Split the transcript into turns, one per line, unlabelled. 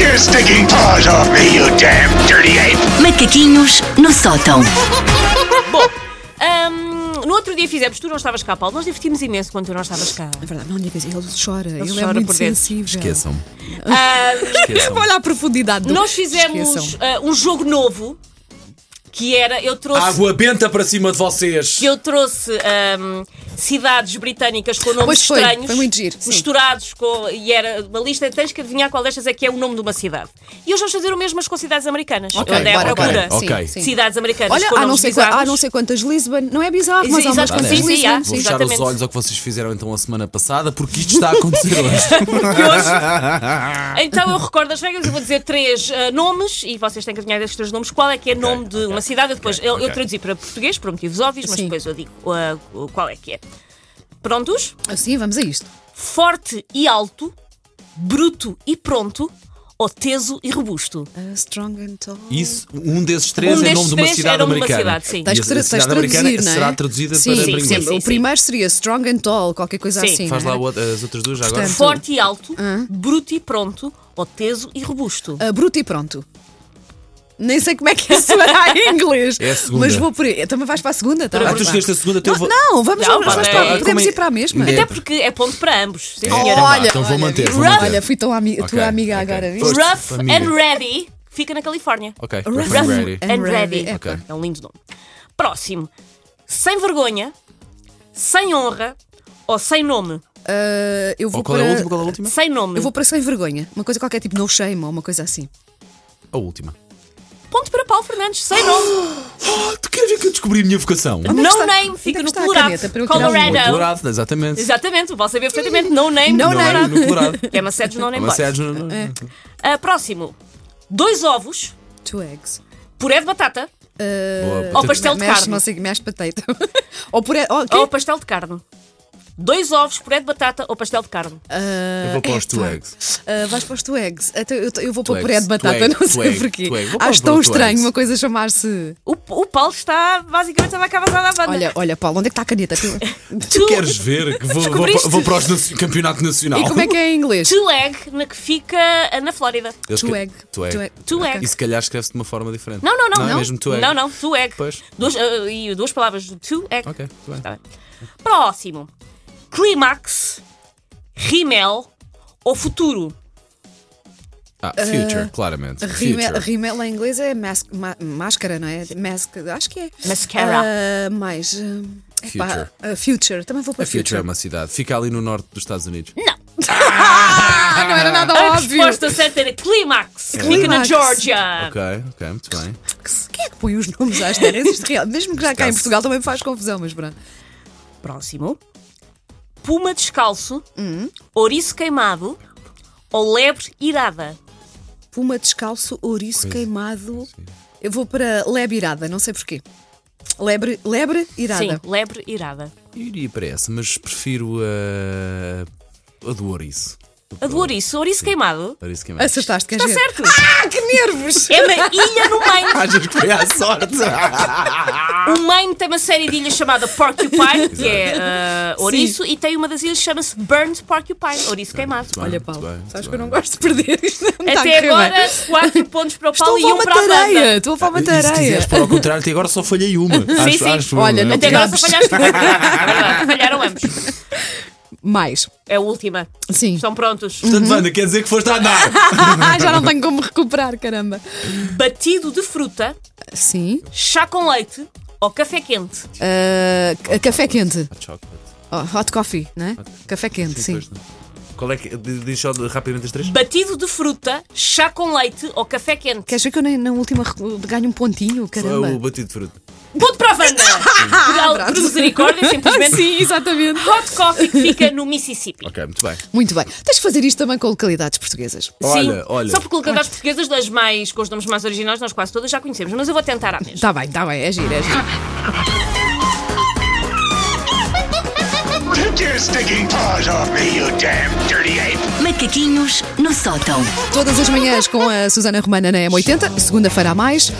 your stinking paws off me, you damn dirty ape!
Macaquinhos no sótão.
Bom, ahm, no outro dia fizemos, tu não estavas cá, Paulo, nós divertimos imenso quando tu não estavas cá.
É verdade, não lhe digas, ele chora, ele, é
chora
muito
por dentro.
sensível.
Esqueçam-me.
Ah,
Esqueçam.
Olha a profundidade do
nós fizemos
Esqueçam.
ah, um jogo novo que era, eu trouxe.
Água benta para cima de vocês.
Que eu trouxe ahm, cidades britânicas com nomes
Pois foi,
estranhos
foi muito giro, sim.
misturados com. E era uma lista, tens que adivinhar qual destas é que é o nome de uma cidade. E hoje vamos fazer o mesmo mas com cidades americanas.
Ok,
eu andei
bora,
à procura.
ok, ok.
Sim, sim.
Cidades americanas
Olha,
com
há não,
nomes
sei, qua- há
bizarros.
não sei quantas Lisbon, não é bizarro,
Ex-
mas há umas
exato,
quantas
sim, sim,
Lisbon.
há.
sim.
Vou fechar os
exatamente.
olhos ao que vocês fizeram então a semana passada, porque isto está a acontecer hoje.
Porque hoje- Então eu recordo as regras, eu vou dizer três ah, nomes e vocês têm que adivinhar destes três nomes qual é que é nome de uma cidade. Eu Depois eu, eu
ok.
traduzi para português, por motivos óbvios, mas
Sim.
depois eu digo ah, qual é que é. Prontos?
Ah, sim, vamos a isto.
Forte e alto, bruto e pronto, ou teso e robusto.
Ah, strong and tall.
Isso, um desses três
Um
é
desses
nome de uma
três
cidade
era nome de uma
americana.
cidade, sim.
E
Tens
a
que tra-
cidade
tens de
americana
traduzir, não é?
será traduzida
Sim,
para
sim,
inglês.
sim,
sempre.
sim,
O
sim.
primeiro seria strong and tall, qualquer coisa
Sim.
assim.
Faz
não
lá
é?
o- as outras duas já agora. Ah,
Portanto,
Forte e alto, bruto e pronto, ou teso e robusto.
É.
Ah, bruto e pronto. Nem sei como é que isso será em inglês.
É a segunda.
Mas vou por aí. Também vais para a segunda, tá?
Ah,
bem?
tu escolheste a segunda, então eu
Não,
vou-
não, vamos,
Não,
vamos, vamos
pá,
para-
é-
podemos
como é-
ir para a mesma.
É.
Até porque é ponto para ambos. Sim,
É,
senhora.
então vá,
Olha,
então vou
olha,
manter. vou
rough.
manter.
Olha, fui tão ami-
Ok,
tua amiga
ok.
agora, viste?
Força,
Rough
família.
and Ready fica na Califórnia.
Ok,
Rough
rough and
and-
ready.
and
And
ready.
ready.
Ok.
É um lindo nome. Próximo. Sem vergonha, sem honra ou sem nome?
Ah, eu vou
Ou qual é
para...
a última? Qual é a última?
Sem nome.
Eu vou para sem vergonha. Uma coisa qualquer tipo no shame ou uma coisa assim.
A última.
Ponto para Paulo Fernandes, sem nome.
Oh, tu queres ver que eu descobri a minha vocação?
é que
no
está-
name
onde é
fica
que
no
está a caneta para
Colorado.
eu tirar um
No
Colorado.
Colorado, exatamente.
Exatamente, vou saber perfeitamente. No name.
No
Não
name.
é no Colorado.
Que é uma sede de no name boys.
Mas Sérgio, não-
É, eh,
não-
Ah, próximo. Dois ovos,
Two eggs.
puré de batata
Boa,
ou
portanto,
pastel de
Mesh,
carne.
não sei, mesh potato. ou por... Ou, quê?
Ou pastel de carne. Dois ovos, puré de batata ou pastel de carne.
Eu vou
É,
para os
tá.
two eggs.
Ah, vais para os two eggs. Então, eu, eu vou para o
Two
puré de
eggs,
batata,
two eggs,
não
two
sei
eggs,
porquê.
two eggs. Vou para
Acho
o
tão
two
estranho
eggs.
uma coisa chamar-se.
O, o Paulo está basicamente a dar cavazada à banda.
Olha, olha, Paulo, onde é que está a caneta?
Tu queres ver que vou, vou,
Descobriste?
para- vou para os nacio- campeonato nacional.
e como é que é em inglês?
Two Egg, na que fica ah, na Flórida.
Eles
Two
que- é
egg.
Tu egg.
Two egg.
Two egg.
E se calhar escreve-se de uma forma diferente.
Não, não, não.
Não, é mesmo tu egg.
Não, não, tu egg.
Pois.
Duas, ah, e duas palavras do tu egg.
Ok, tudo bem.
Tá bem. Próximo. Climax, rímel ou futuro?
Ah, future, claramente.
Rimel,
Future.
rimel em inglês é mas- ma- máscara, não é? Mask, acho que é.
Mascara.
Ah, mais. ah, epá,
Future.
ah, future. Também vou para
A Future é
future.
uma cidade. Fica ali no norte dos Estados Unidos.
Não.
Ah, não era nada
A
óbvio.
resposta certa era Climax, que fica na
Climax.
Georgia.
Ok, ok, muito bem.
Quem é que põe os nomes às terras? Isto é real. Mesmo que já cá em
Esquece.
Portugal também me faz confusão, mas pronto.
Próximo. Puma descalço,
Hum.
ouriço queimado ou lebre irada?
Puma descalço, ouriço queimado. Eu vou para lebre irada, não sei porquê. Lebre, lebre irada.
Sim, lebre irada.
Eu iria para essa, mas prefiro a. a do Ouriço.
A do ouriço, ouriço queimado.
Ouriço é queimado.
Acertaste, quer
Está
dizer?
certo.
Ah, que nervos!
É uma ilha no Maine.
Achas que foi à sorte?
Ah.
O Maine Um tem uma série de ilhas chamada Porcupine, que é ah, ouriço, e tem uma das ilhas que chama-se Burnt Porcupine, ouriço queimado.
Muito bem,
Olha,
muito
Paulo,
bem,
sabes
muito
que eu não
bem.
gosto de perder isto. não está a
Até
correr bem.
agora, 4 pontos para o Paulo
Tá, Estou
e
a
1 para a
levantar areia,
banda.
estou a falar
E se quiseres
areia.
pôr ao contrário, até agora só falhei uma. acho,
sim.
acho eu,
Olha,
não é?
Até agora só
Digamos.
falhaste duas. É verdade, Falharam ambos.
Mais.
É a última.
Sim. Ah,
Estão prontos.
Portanto, Wanda, quer dizer que foste a andar.
um Já não tenho como recuperar, caramba.
Batido de fruta,
Sim.
chá com leite ou café quente.
Ah, c- café quente.
Chocolate.
Oh, hot coffee, não é? Café quente, sim.
Pois não. Qual é que. Diz só rapidamente as três.
Batido de fruta, chá com leite ou café quente.
Queres ver que eu nem- na última recu- ganho um pontinho, caramba?
O batido de fruta.
Ponto para a banda. Por, por misericórdia, simplesmente.
Sim, exatamente.
Hot coffee que fica no Mississippi.
Ok, muito bem.
Muito bem. Tens de fazer isto também com localidades portuguesas.
Olha,
Sim,
olha.
Só porque localidades portuguesas, das mais, com os nomes mais originais, nós quase todas já conhecemos. Mas eu vou tentar à mesma.
Está bem, está bem, é giro, é giro.
Take your stinking paws off me, you damn dirty ape!
Macaquinhos no sótão.
Todas as manhãs com a Susana Romana na M80, segunda-feira a mais.